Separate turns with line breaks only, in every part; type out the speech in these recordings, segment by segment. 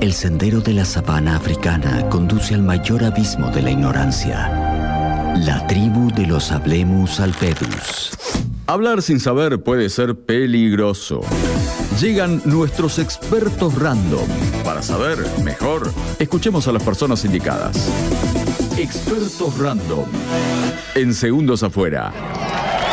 El sendero de la sabana africana conduce al mayor abismo de la ignorancia. La tribu de los Hablemus Alpedus.
Hablar sin saber puede ser peligroso. Llegan nuestros expertos random. Para saber mejor, escuchemos a las personas indicadas. Expertos random. En segundos afuera.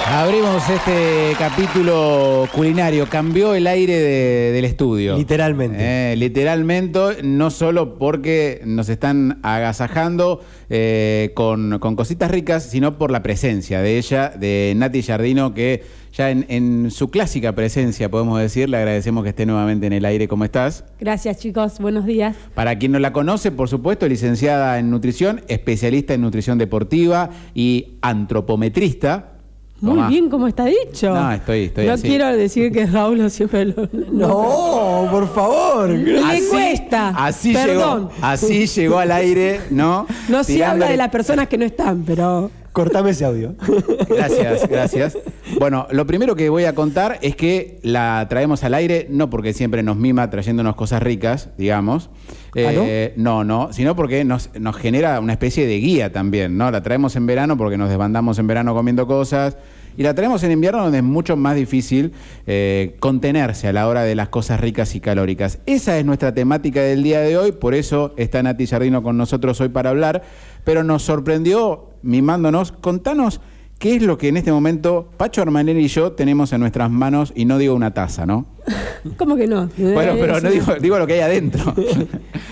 Abrimos este capítulo culinario. Cambió el aire de- del estudio.
Literalmente.
Eh, literalmente, no solo porque nos están agasajando eh, con, con cositas ricas, sino por la presencia de ella, de Nati Jardino, que ya en, en su clásica presencia, podemos decir, le agradecemos que esté nuevamente en el aire. ¿Cómo estás?
Gracias chicos, buenos días.
Para quien no la conoce, por supuesto, licenciada en nutrición, especialista en nutrición deportiva y antropometrista.
Muy
Tomá.
bien, como está dicho.
No, estoy- estoy
No
así.
quiero decir que Raúl lo siempre lo...
No, por favor.
Le cuesta.
Así
Perdón.
llegó, Ah, así llegó al aire, ¿no?
No se habla
Tirándole-
de las personas que no están, pero...
Cortame ese audio.
Gracias, gracias. Bueno, lo primero que voy a contar es que la traemos al aire, no porque siempre nos mima trayéndonos cosas ricas, digamos. Eh, no? no, sino porque nos, nos genera una especie de guía también, ¿no? La traemos en verano porque nos desbandamos en verano comiendo cosas. Y la traemos en invierno donde es mucho más difícil eh, contenerse a la hora de las cosas ricas y calóricas. Esa es nuestra temática del día de hoy, por eso está Nati Jardino con nosotros hoy para hablar. Pero nos sorprendió mimándonos. Contanos ¿Qué es lo que en este momento Pacho Armanelli y yo tenemos en nuestras manos? Y no digo una taza, ¿no?
¿Cómo que no?
Bueno, pero
Es
no
un-
digo, digo lo que hay adentro.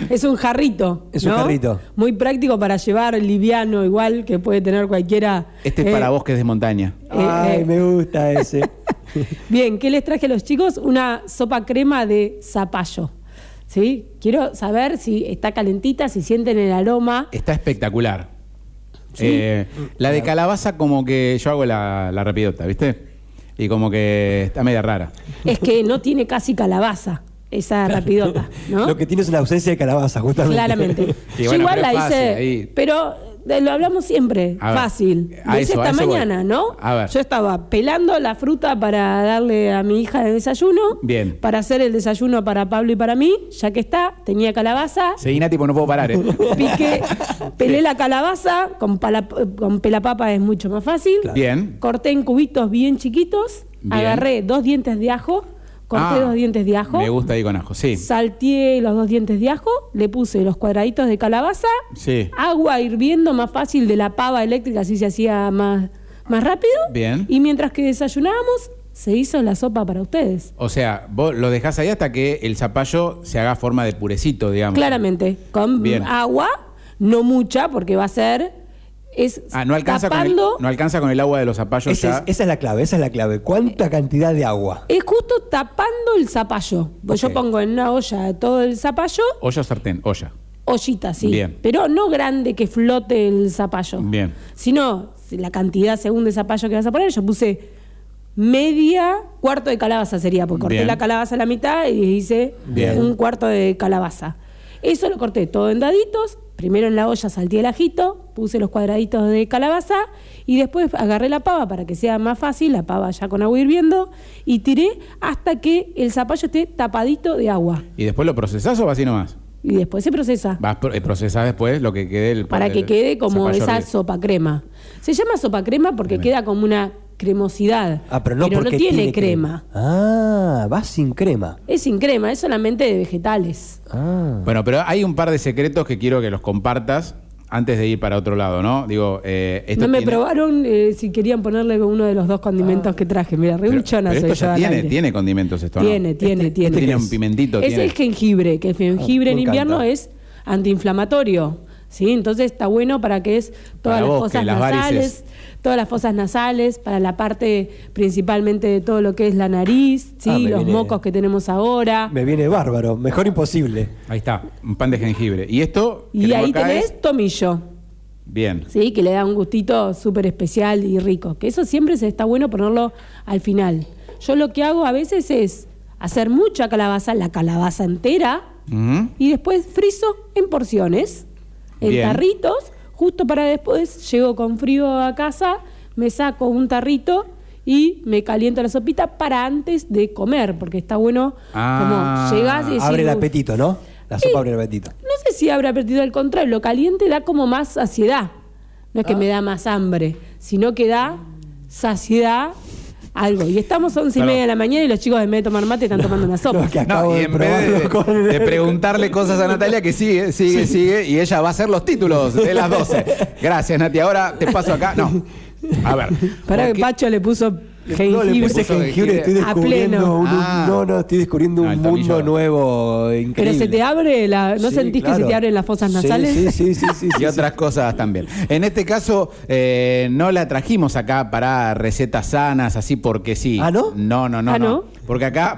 Es un jarrito.
Es un
¿no?
jarrito.
Muy práctico para llevar, liviano, igual que puede tener cualquiera.
Este es
Eh,
para vos que es de montaña.
eh,
Ay,
eh.
me gusta ese.
Bien, ¿qué les traje a los chicos? Una sopa crema de zapallo. ¿Sí? Quiero saber si está calentita, si sienten el aroma.
Está espectacular. Eh, la de calabaza como que yo hago la, la rapidota, ¿viste? Y como que está media rara.
Es que no tiene casi calabaza esa rapidota, ¿no?
Lo que tiene es una ausencia de calabaza, justamente.
Claramente.
Sí,
Yo
bueno,
igual
pero
la
es fácil,
hice,
ahí.
pero de- lo hablamos siempre,
A ver,
fácil.
a
Lo hice
eso, a
esta
eso voy.
mañana, ¿no?
A ver.
Yo estaba pelando la fruta para darle a mi hija de desayuno.
Bien.
Para hacer el desayuno para Pablo y para mí, ya que está, tenía calabaza.
Seguí Nati porque no puedo parar, ¿eh?
Piqué, pelé la calabaza, con, pala- con pelapapa es mucho más fácil.
Bien.
Corté en cubitos bien chiquitos,
Bien.
agarré dos dientes de ajo, corté
Ah,
dos dientes de ajo.
Me gusta ahí con ajo, sí.
Salteé los dos dientes de ajo, le puse los cuadraditos de calabaza,
Sí.
agua hirviendo más fácil de la pava eléctrica, así se hacía más, más rápido.
Bien.
Y mientras que desayunábamos, se hizo la sopa para ustedes.
O sea, vos lo dejás ahí hasta que el zapallo se haga forma de purecito, digamos.
Claramente, con
Bien.
agua, no mucha, porque va a ser. Es
Ah, no alcanza, con el,
tapando.
no alcanza con el agua de los zapallos
Ese
ya.
es- esa es la clave, esa es la clave. ¿Cuánta cantidad de agua?
Es justo tapando el zapallo. Pues
Ok.
Yo pongo en una olla todo el zapallo,
Olla o sartén, olla.
ollita, sí.
Bien.
Pero no grande que flote el zapallo.
Bien.
Sino si la cantidad según de zapallo que vas a poner. Yo puse media cuarto de calabaza sería, porque corté
Bien.
la calabaza a la mitad y hice
Bien.
un cuarto de calabaza. Eso lo corté todo en daditos. Primero en la olla salté el ajito, puse los cuadraditos de calabaza y después agarré la pava para que sea más fácil, la pava ya con agua hirviendo, y tiré hasta que el zapallo esté tapadito de agua.
¿Y después lo procesás o vas así nomás?
Y después se procesa.
Vas pro- eh, procesás después lo que quede el
para que
el
quede como
zapallo
esa
arriba.
sopa crema. Se llama sopa crema porque queda como una cremosidad.
Ah, pero no porque
tiene, crema.
Ah, va sin crema.
Es sin crema, es solamente de vegetales.
Ah.
Bueno, pero hay un par de secretos que quiero que los compartas antes de ir para otro lado, ¿no? Digo, eh, esto
no me
tiene- Ah.
probaron eh, si querían ponerle uno de los dos condimentos que traje. Mira, re
Pero,
buchona
pero esto
soy yo
ya
al
tiene,
aire.
tiene condimentos esto, ¿no?
Tiene, tiene,
Este-
tiene.
este
Tiene
¿qué
un
es?
pimentito.
es
tiene-
el jengibre, que el jengibre
Ah,
en
me
invierno
encanta.
es antiinflamatorio. ¿sí? Entonces está bueno para que es
Para
todas las
vos,
fosas
que las varices.
nasales, todas las fosas nasales, para la parte principalmente de todo lo que es la nariz, ¿sí?
Ah, me
los
viene-
mocos que tenemos ahora.
Me viene bárbaro, mejor imposible.
Ahí está, un pan de jengibre. Y esto. que
Y
tengo
ahí
acá
tenés
es-
tomillo,
Bien.
¿sí? que le da un gustito súper especial y rico. Que eso siempre se está bueno ponerlo al final. Yo lo que hago a veces es hacer mucha calabaza, la calabaza entera,
Ujú.
y después friso en porciones, en
Bien.
tarritos, justo para después, llego con frío a casa, me saco un tarrito y me caliento la sopita para antes de comer, porque está bueno
Ah,
como llegás y decís,
Abre el
Ah, "Uy,
apetito, ¿no? La sopa abre el apetito.
No sé si habrá perdido al contrario, lo caliente da como más saciedad. No es
Ah.
que me da más hambre, sino que da saciedad algo. Y estamos once y
Claro.
media de la mañana y los chicos en vez de tomar mate están tomando una sopa.
No, es que
No,
acabo
y
de
en vez de,
probarlo con-
de preguntarle cosas a Natalia, que sigue, sigue, sigue, y ella va a hacer los títulos de las 12. Gracias, Nati. Ahora te paso acá. No. A ver.
Pará
¿por
que
qué-
Pacho le puso
No, le puse
jengibre.
puso
jengibre, estoy
jengibre. A pleno.
descubriendo un,
Ah.
no, no, estoy descubriendo un
Ah, el
mundo
tomillo.
nuevo
Pero
increíble.
se te abre la, ¿no
Sí,
sentís que
claro.
se te abren las fosas
Sí,
nasales?
Sí, sí, sí, sí, sí,
y otras cosas también. En este caso, eh, no la trajimos acá para recetas sanas, así porque sí.
¿Ah, no?
No, no, no.
¿Ah,
no.
no?
Porque acá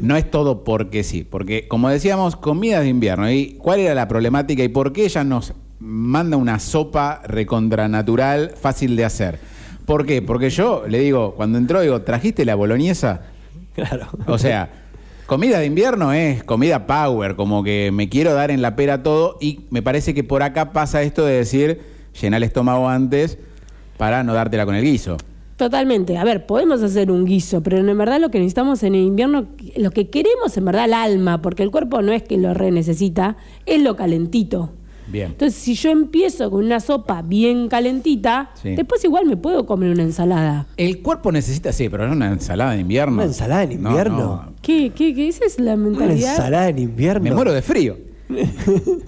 no es todo porque sí. Porque, como decíamos, comidas de invierno. ¿Y cuál era la problemática y por qué ella nos manda una sopa recontranatural fácil de hacer? ¿Por qué? Porque yo le digo, cuando entró, digo, ¿trajiste la boloñesa?
Claro.
O sea, comida de invierno es comida power, como que me quiero dar en la pera todo y me parece que por acá pasa esto de decir, llena el estómago antes para no dártela con el guiso.
Totalmente. A ver, podemos hacer un guiso, pero en verdad lo que necesitamos en el invierno, lo que queremos en verdad el alma, porque el cuerpo no es que lo re necesita, es lo calentito.
Bien.
Entonces, si yo empiezo con una sopa bien calentita,
Sí.
después igual me puedo comer una ensalada.
El cuerpo necesita, sí, pero no una ensalada de invierno.
Una ensalada en
No,
invierno.
no.
¿Qué, qué, qué? Esa es la
Una
mentalidad.
ensalada en invierno.
Me muero de frío.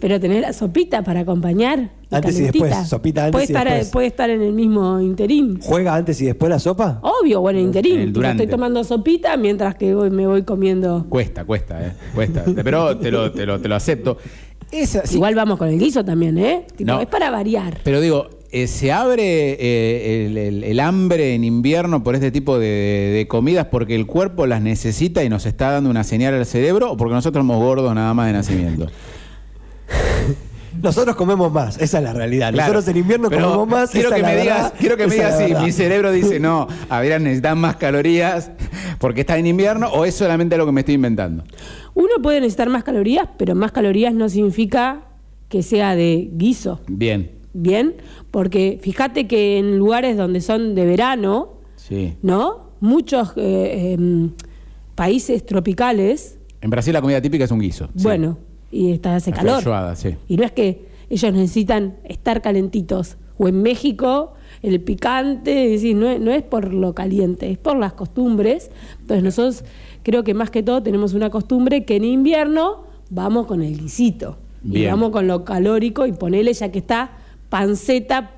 Pero tener la sopita para acompañar.
Antes y
calentita.
después, sopita antes
puede
y
estar,
después.
Puede estar en el mismo interín.
¿Juega antes y después la sopa?
Obvio, bueno, interín.
El
Yo
durante.
Estoy tomando sopita mientras que voy- me voy comiendo.
Cuesta, cuesta, eh. Cuesta. Pero te lo, te lo, te lo acepto. Esa, sí,
Igual vamos con el guiso también, ¿eh? Tipo,
No.
Es para variar.
Pero digo, eh, ¿se abre eh, el, el- el hambre en invierno por este tipo de, de comidas porque el cuerpo las necesita y nos está dando una señal al cerebro o porque nosotros somos gordos nada más de nacimiento?
Nosotros comemos más, esa es la realidad.
Claro.
Nosotros en invierno
Pero
comemos más.
Quiero
esa
que
es la
me digas,
verdad,
quiero que me
esa es
digas
la
si
verdad.
mi cerebro dice, no, a ver, necesitan más calorías porque está en invierno o es solamente lo que me estoy inventando.
Uno puede necesitar más calorías, pero más calorías no significa que sea de guiso,
Bien,
¿bien? Porque fíjate que en lugares donde son de verano,
sí.
¿no? Muchos eh, em, países tropicales,
En Brasil la comida típica es un guiso. sí.
bueno, y está, hace
La
calor.
feijoada, sí.
Y no es que ellos necesitan estar calentitos. O en México, el picante, es decir, no es, no es por lo caliente, es por las costumbres. Entonces nosotros creo que más que todo tenemos una costumbre que en invierno vamos con el guisito. Y
Bien.
vamos con lo calórico y ponele ya que está panceta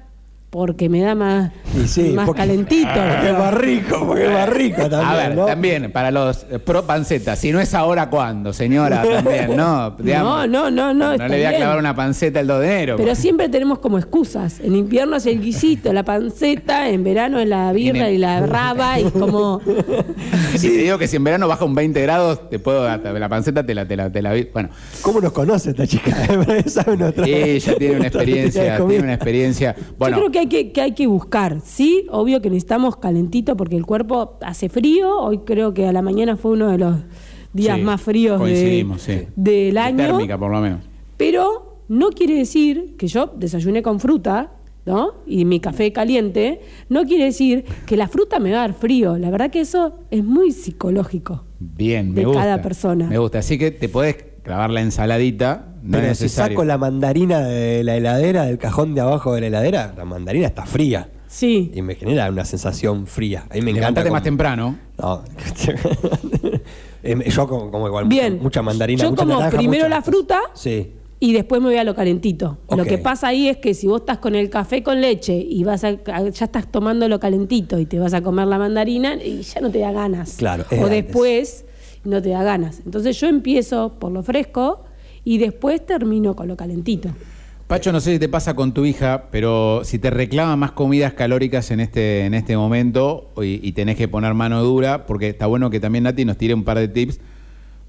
porque me da más,
Y sí,
más
porque-
calentito.
Porque es más rico, porque es más rico también.
a ver,
¿no?
también, para los eh, pro panceta, si no es ahora, ¿cuándo, señora? También, no, digamos,
no, no, no,
No
está
le voy a
bien.
clavar una panceta el 2 de enero.
Pero siempre tenemos como excusas. En invierno es el guisito, la panceta, en verano es la birra
Tiene-
y la raba y como...
Y te digo que si en verano baja un 20 grados, te puedo dar la panceta, te la, te la, te la vi- Bueno,
¿Cómo nos conoce esta chica? Sabe nuestra-
ella tiene una
nuestra técnica
experiencia,
de
tiene
comida.
una experiencia. Bueno,
Yo creo que hay que, que hay que buscar, sí, obvio que necesitamos calentito porque el cuerpo hace frío, hoy creo que a la mañana fue uno de los días
Sí,
más fríos de-
coincidimos, sí.
del año.
térmica por lo menos.
Pero no quiere decir que yo desayuné con fruta, ¿no? Y mi café caliente, no quiere decir que la fruta me va a dar frío. La verdad que eso es muy psicológico.
Bien, me
De
gusta.
cada persona.
Me gusta. Así que te podés clavar la ensaladita. No es
Pero si
necesario.
saco la mandarina de la heladera, del cajón de abajo de la heladera, la mandarina está fría.
Sí.
Y me genera una sensación fría. A mí me encanta.
Levantate
como-
más temprano.
No. Em, Yo como, como igual,
Bien.
mucha, mucha mandarina.
Yo
mucha
como
naranja,
primero
mucha-
la fruta.
Sí.
Y después me voy a lo calentito. Lo
Ok.
que pasa ahí es que si vos estás con el café con leche y vas a- ya estás tomando lo calentito y te vas a comer la mandarina y ya no te da ganas.
Claro, es
O
antes.
después no te da ganas. Entonces yo empiezo por lo fresco y después termino con lo calentito.
Pacho, no sé si te pasa con tu hija, pero si te reclama más comidas calóricas en este, en este momento y, y tenés que poner mano dura, porque está bueno que también Nati nos tire un par de tips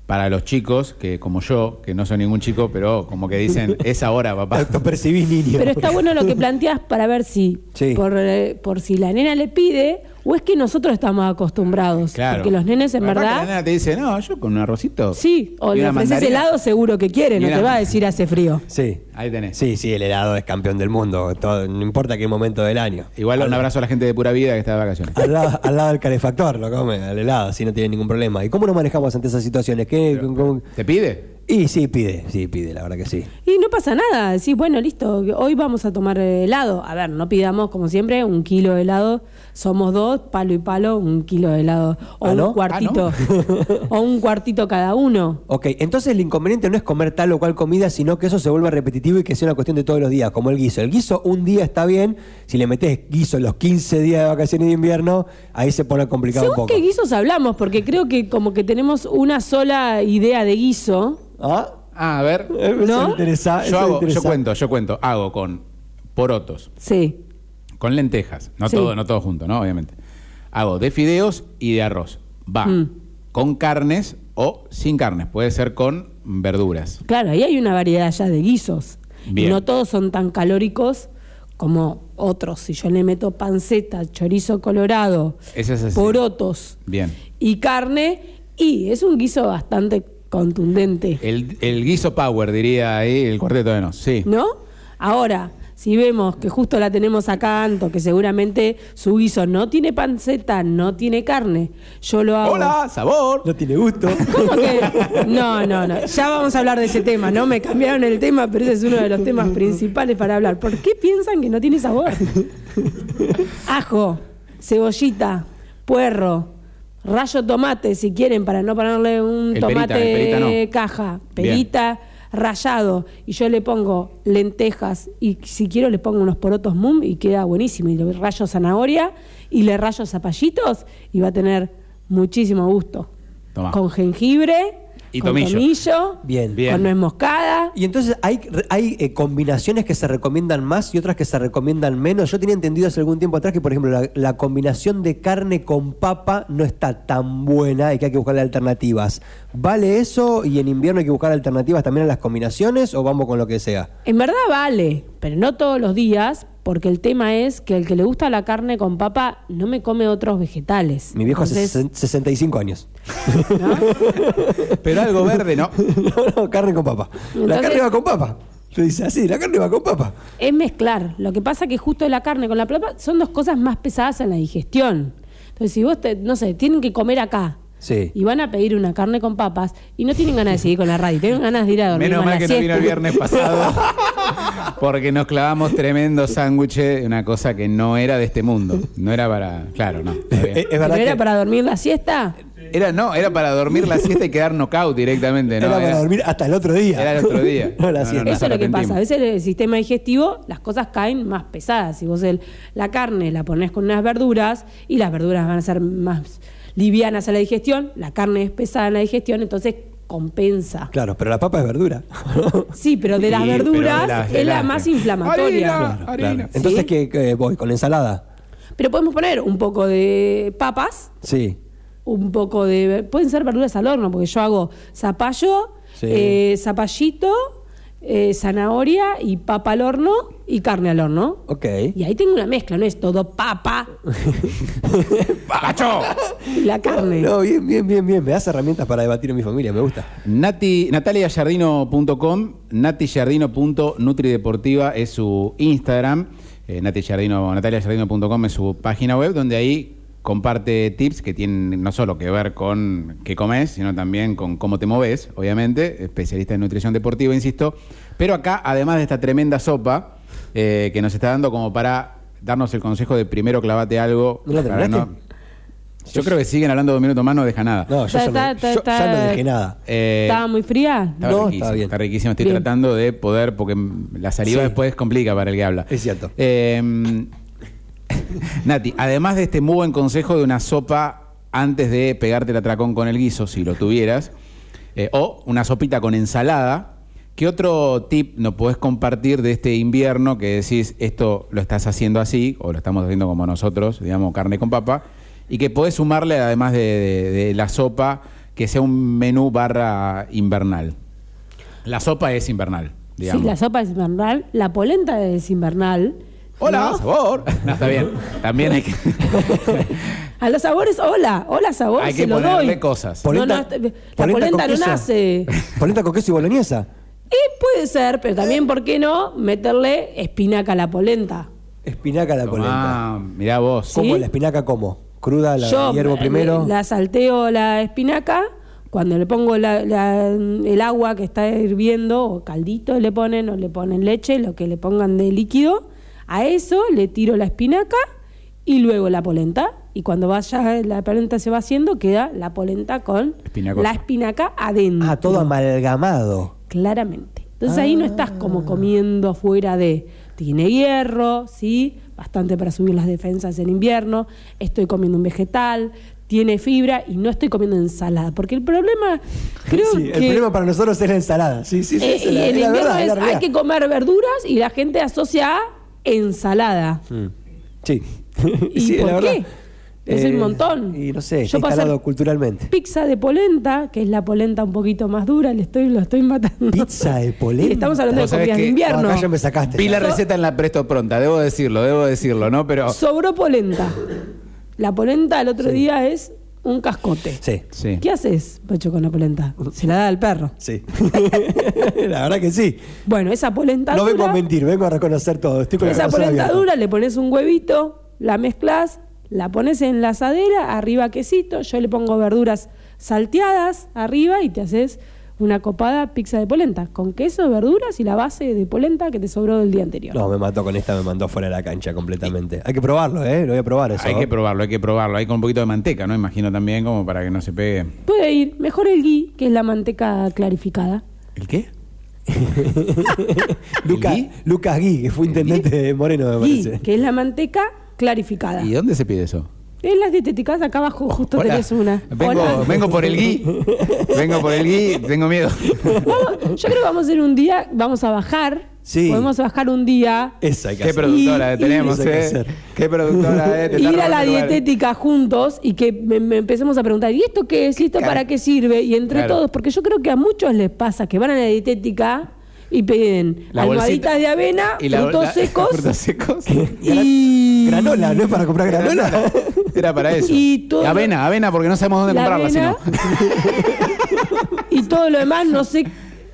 para los chicos, que como yo, que no soy ningún chico, pero como que dicen, es ahora, papá.
Lo percibís, niño.
Pero está bueno lo que planteas para ver si
Sí.
por, eh, por si la nena le pide o es que nosotros estamos acostumbrados.
Claro.
Porque los nenes en
Aparte,
verdad...
La nena te dice, no, yo con un arrocito.
Sí, o
y
le
una
ofreces
mandarina".
helado seguro que quiere,
Y
no
una
te va a
mandarina.
decir hace frío.
Sí.
Ahí tenés.
Sí, sí, el helado es campeón del mundo. todo- no importa qué momento del año.
Igual un abrazo a la gente de pura vida que está de vacaciones.
Al lado, al lado del calefactor lo come, al helado, así no tiene ningún problema. ¿Y cómo nos manejamos ante esas situaciones? ¿Qué, con- con-
¿Te pide?
Y sí, pide, sí, pide, la verdad que sí.
Y no pasa nada, decís, bueno, listo, hoy vamos a tomar eh, helado. A ver, no pidamos, como siempre, un kilo de helado. Somos dos, palo y palo, un kilo de helado. O
¿Ah,
un
no? ¿Ah,
cuartito. o un cuartito cada uno.
Ok, entonces el inconveniente no es comer tal o cual comida, sino que eso se vuelva repetitivo y que sea una cuestión de todos los días, como el guiso. El guiso un día está bien, si le metes guiso los 15 días de vacaciones de invierno, ahí se pone complicado un
Según
poco.
qué guisos hablamos, porque creo que como que tenemos una sola idea de guiso.
¿Ah?
Ah, a ver.
Eh, eso me interesa,
Yo,
eso me
hago- yo
interesa.
cuento, yo cuento. Hago con porotos,
Sí.
con lentejas. No
Sí.
todo, no todo junto, ¿no? Obviamente. Hago de fideos y de arroz. Va.
Mm.
Con carnes o sin carnes. Puede ser con verduras.
Claro, ahí hay una variedad ya de guisos.
Bien.
Y no todos son tan calóricos como otros. Si yo le meto panceta, chorizo colorado,
Ese es así.
porotos
Bien.
y carne, y es un guiso bastante contundente,
El, el guiso power, diría ahí el cuarteto de nos. Sí.
¿no? Ahora, si vemos que justo la tenemos acá, Anto, que seguramente su guiso no tiene panceta, no tiene carne, yo lo hago...
Hola, sabor.
No tiene gusto.
¿Cómo que? No, no, no. Ya vamos a hablar de ese tema, ¿no? Me cambiaron el tema, pero ese es uno de los temas principales para hablar. ¿Por qué piensan que no tiene sabor? Ajo, cebollita, puerro, rayo tomate, si quieren, para no ponerle un
El
tomate
perita, el perita no.
caja,
Bien.
perita, rayado. Y yo le pongo lentejas y si quiero le pongo unos porotos mum y queda buenísimo. Y le rayo zanahoria y le rayo zapallitos y va a tener muchísimo gusto.
Tomá.
Con jengibre,
Y
con
tomillo.
Bien.
Bien.
con nuez moscada.
Y entonces hay, hay eh, combinaciones que se recomiendan más y otras que se recomiendan menos. Yo tenía entendido hace algún tiempo atrás que, por ejemplo, la, la combinación de carne con papa no está tan buena y que hay que buscarle alternativas. ¿Vale eso y en invierno hay que buscar alternativas también a las combinaciones o vamos con lo que sea?
En verdad vale, pero no todos los días, porque el tema es que el que le gusta la carne con papa no me come otros vegetales.
Mi viejo hace
Entonces,
sesen- 65 años.
Pero algo verde, ¿no?
no, no, carne con papa. la
Entonces-
carne va con papa. Se dice así, la carne va con papa.
Es mezclar. Lo que pasa que justo la carne con la papa son dos cosas más pesadas en la digestión. Entonces, si vos, te- no sé, tienen que comer acá.
Sí.
Y van a pedir una carne con papas y no tienen ganas de seguir con la radio, tienen ganas de ir a dormir.
Menos
con
mal
la
que no vino el
siesta.
viernes pasado. Porque nos clavamos tremendo sándwich de una cosa que no era de este mundo. No era para. Claro, no. está bien.
Eh, es
¿Pero
verdad
era
que-
para dormir la siesta?
Era, no, era para dormir la siesta y quedar knockout directamente, ¿no?
era para dormir hasta el otro día.
era el otro día.
No, la
No, no,
siesta.
no. nos
Eso es lo que
arrepentimos.
pasa. A veces el sistema digestivo, las cosas caen más pesadas. Si vos el- la carne la ponés con unas verduras y las verduras van a ser más livianas a la digestión, la carne es pesada en la digestión, entonces compensa.
Claro, pero la papa es verdura.
Sí, pero de las
Sí, pero de
verduras
las- de
es la
las-
más inflamatoria.
Harina. Ah, harina.
Entonces,
¿Sí?
¿qué, qué voy? ¿Con ensalada?
Pero podemos poner un poco de papas,
Sí.
un poco de. Pueden ser verduras al horno, porque yo hago zapallo,
Sí.
eh, zapallito, eh, zanahoria y papa al horno y carne al horno.
Ok.
Y ahí tengo una mezcla, no es todo papa
¡Pacho!
y la carne.
No, bien, bien, bien, bien. Me das herramientas para debatir en mi familia, me gusta.
Nati, nataliayardino.com, natiyardino.nutrideportiva es su Instagram, eh, natiyardino- nataliayardino.com es su página web, donde ahí comparte tips que tienen no solo que ver con qué comes, sino también con cómo te moves, obviamente, especialista en nutrición deportiva, insisto. Pero acá, además de esta tremenda sopa eh, que nos está dando como para darnos el consejo de primero clavate algo.
¿No la
para
terminaste?
Yo creo que siguen hablando de un minuto más, no deja nada.
No, yo ya,
Está,
no,
está,
yo
está.
ya no dejé nada.
Eh,
¿Estaba muy fría?
Estaba
No,
riquísimo,
estaba bien.
está riquísimo. Estoy
Bien.
tratando de poder, porque mm, la saliva
Sí.
después complica para el que habla.
Es cierto.
Eh, Nati, además de este muy buen consejo de una sopa antes de pegarte el atracón con el guiso, si lo tuvieras, eh, o una sopita con ensalada, ¿qué otro tip nos podés compartir de este invierno que decís esto lo estás haciendo así, o lo estamos haciendo como nosotros, digamos, carne con papa, y que podés sumarle además de, de- de la sopa que sea un menú barra invernal? La sopa es invernal, digamos.
Sí, la sopa es invernal, la polenta es invernal.
Hola,
¿no?
sabor. No, está bien. También hay que.
A los sabores, hola, hola sabor,
Hay
se
que
lo
ponerle
doy.
cosas.
No, no, está-
Polenta,
la polenta
con
no
queso.
nace.
Polenta con queso y boloñesa.
Y puede ser, pero también, ¿por qué no meterle espinaca a la polenta?
Espinaca a la polenta.
Ah, mirá vos.
Sí.
¿Cómo? ¿La espinaca cómo? ¿Cruda? ¿La
Yo
hiervo
eh,
primero?
la salteo la espinaca, Cuando le pongo la- la- el agua que está hirviendo, o caldito le ponen, o le ponen leche, lo que le pongan de líquido, a eso le tiro la espinaca y luego la polenta. Y cuando vaya la polenta se va haciendo, queda la polenta con
Espinacosa.
la espinaca adentro.
Ah, todo amalgamado.
Claramente. Entonces ahí no estás
Ah.
como comiendo afuera de. Tiene hierro, ¿sí? Bastante para subir las defensas en invierno. Estoy comiendo un vegetal, tiene fibra y no estoy comiendo ensalada. Porque el problema, creo
Sí,
que.
El problema para nosotros es la ensalada. Sí, sí, sí.
eh,
es la-
en
es la
invierno
verdad, es
es,
la
hay
realidad.
que comer verduras y la gente asocia a ensalada.
Mm. Sí.
¿Y
Sí,
por
la verdad.
qué? Es un
Eh,
montón.
Y no sé,
Yo
está
pasé-
instalado culturalmente.
Pizza de polenta, que es la polenta un poquito más dura, le estoy, lo estoy matando.
Pizza de polenta.
Estamos hablando de
Vos sabés
comidas de
que-
invierno.
No, acá ya me sacaste.
Vi la receta en la presto pronta, debo decirlo, debo decirlo, ¿no?
Ah.
Pero.
Sobró polenta. La polenta el otro día es un cascote.
Sí.
Sí.
¿Qué haces, Pacho, con la polenta? Se la da al perro.
Sí. la verdad que sí.
Bueno, esa polenta
No
dura,
vengo a mentir, vengo a reconocer todo. Estoy con la
esa
corazón
polenta
abierto.
dura, le pones un huevito, la mezclas, la pones en la asadera, arriba quesito, yo le pongo verduras salteadas arriba y te haces una copada pizza de polenta con queso, verduras y la base de polenta que te sobró del día anterior.
No, me mató con esta, me mandó fuera de la cancha completamente. Hay que probarlo, ¿eh? Lo voy a probar eso.
Hay que probarlo, hay que probarlo. Hay con un poquito de manteca, ¿no? Imagino también, como para que no se pegue.
Puede ir mejor el ghee, que es la manteca clarificada.
¿El qué?
Lucas,
¿El Gui?
Lucas Gui, que fue intendente de Moreno, me
Ghee,
parece.
que es la manteca clarificada.
¿Y dónde se pide eso?
En las dietéticas acá abajo justo
Hola.
tenés una.
Vengo,
Hola.
vengo por el gui. Vengo por el gui, tengo miedo.
Vamos- yo creo que vamos a hacer un día, vamos a bajar.
Sí.
Podemos bajar un día.
Esa hay que
Qué
hacer.
productora
Y-
tenemos,
y-
¿eh? Qué productora, ¿eh? Te
ir
está
a la
robando lugares.
dietética juntos y que me- me empecemos a preguntar, ¿y esto qué es? ¿Y esto
Claro.
para qué sirve? Y entre
Claro.
todos, porque yo creo que a muchos les pasa que van a la dietética y piden
La
almohaditas
bolsita.
de avena,
Y la-
frutos
la-
secos
Frutos secos.
y
Granola, ¿no es para comprar granola?
Era para eso.
Y todo-
avena, avena, porque no sabemos dónde
la
comprarla,
avena.
sino.
y todo lo demás, no sé.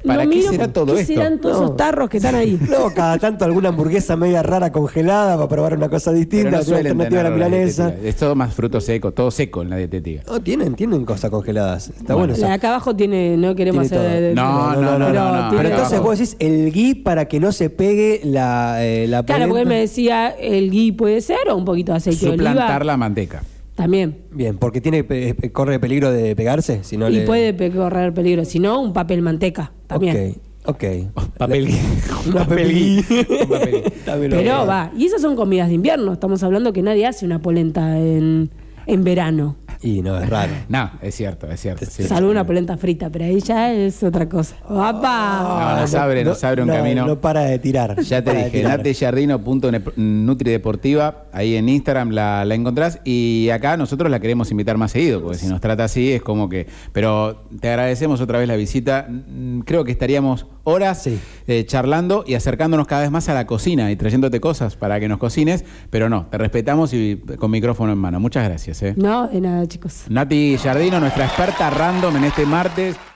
¿Para
no
qué
miro
será todo
qué
esto?
serán todos
No.
esos tarros que están ahí.
No, cada tanto alguna hamburguesa media rara congelada para probar una cosa
Pero
distinta,
no
otra
suelen este
alternativa a la
tenerlo en la
milanesa.
dietética. Es todo más fruto seco, todo seco en la dietética.
No, tienen, tienen cosas congeladas. Está
Bueno,
bueno, eso.
La de acá abajo tiene, no queremos
Tiene
hacer.
todo. No, no, no, no, no.
tiene-
Pero entonces
Claro.
vos decís el gui para que no se pegue la, eh, la
Claro, porque él
polenta.
me decía el gui puede ser o un poquito de aceite de
Suplantar
oliva.
la manteca.
También.
Bien, porque tiene pe- pe- corre peligro de pegarse, si no
y
le-
puede pe- correr peligro. Si no, un papel manteca también.
Ok, ok.
Papel gui.
Un papel gui. Un papel gui. También lo
Pero
veo.
va. Y esas son comidas de invierno. Estamos hablando que nadie hace una polenta en, en verano.
Y no, es raro.
No, es cierto, es cierto. sí.
Salvo una polenta frita, pero ahí ya es otra cosa. ¡Apa!
Ah, No, nos abre, nos abre un
no,
camino.
No para de tirar.
Ya te
para de
dije,
tirar.
natejardino.nutrideportiva, ahí en Instagram la, la encontrás y acá nosotros la queremos invitar más seguido, porque si nos trata así es como que... Pero te agradecemos otra vez la visita, Mm, creo que estaríamos horas
Sí.
eh, charlando y acercándonos cada vez más a la cocina y trayéndote cosas para que nos cocines, pero no, te respetamos y con micrófono en mano. Muchas gracias. eh.
No, de nada, chicos.
Nati Jardino, nuestra experta random en este martes.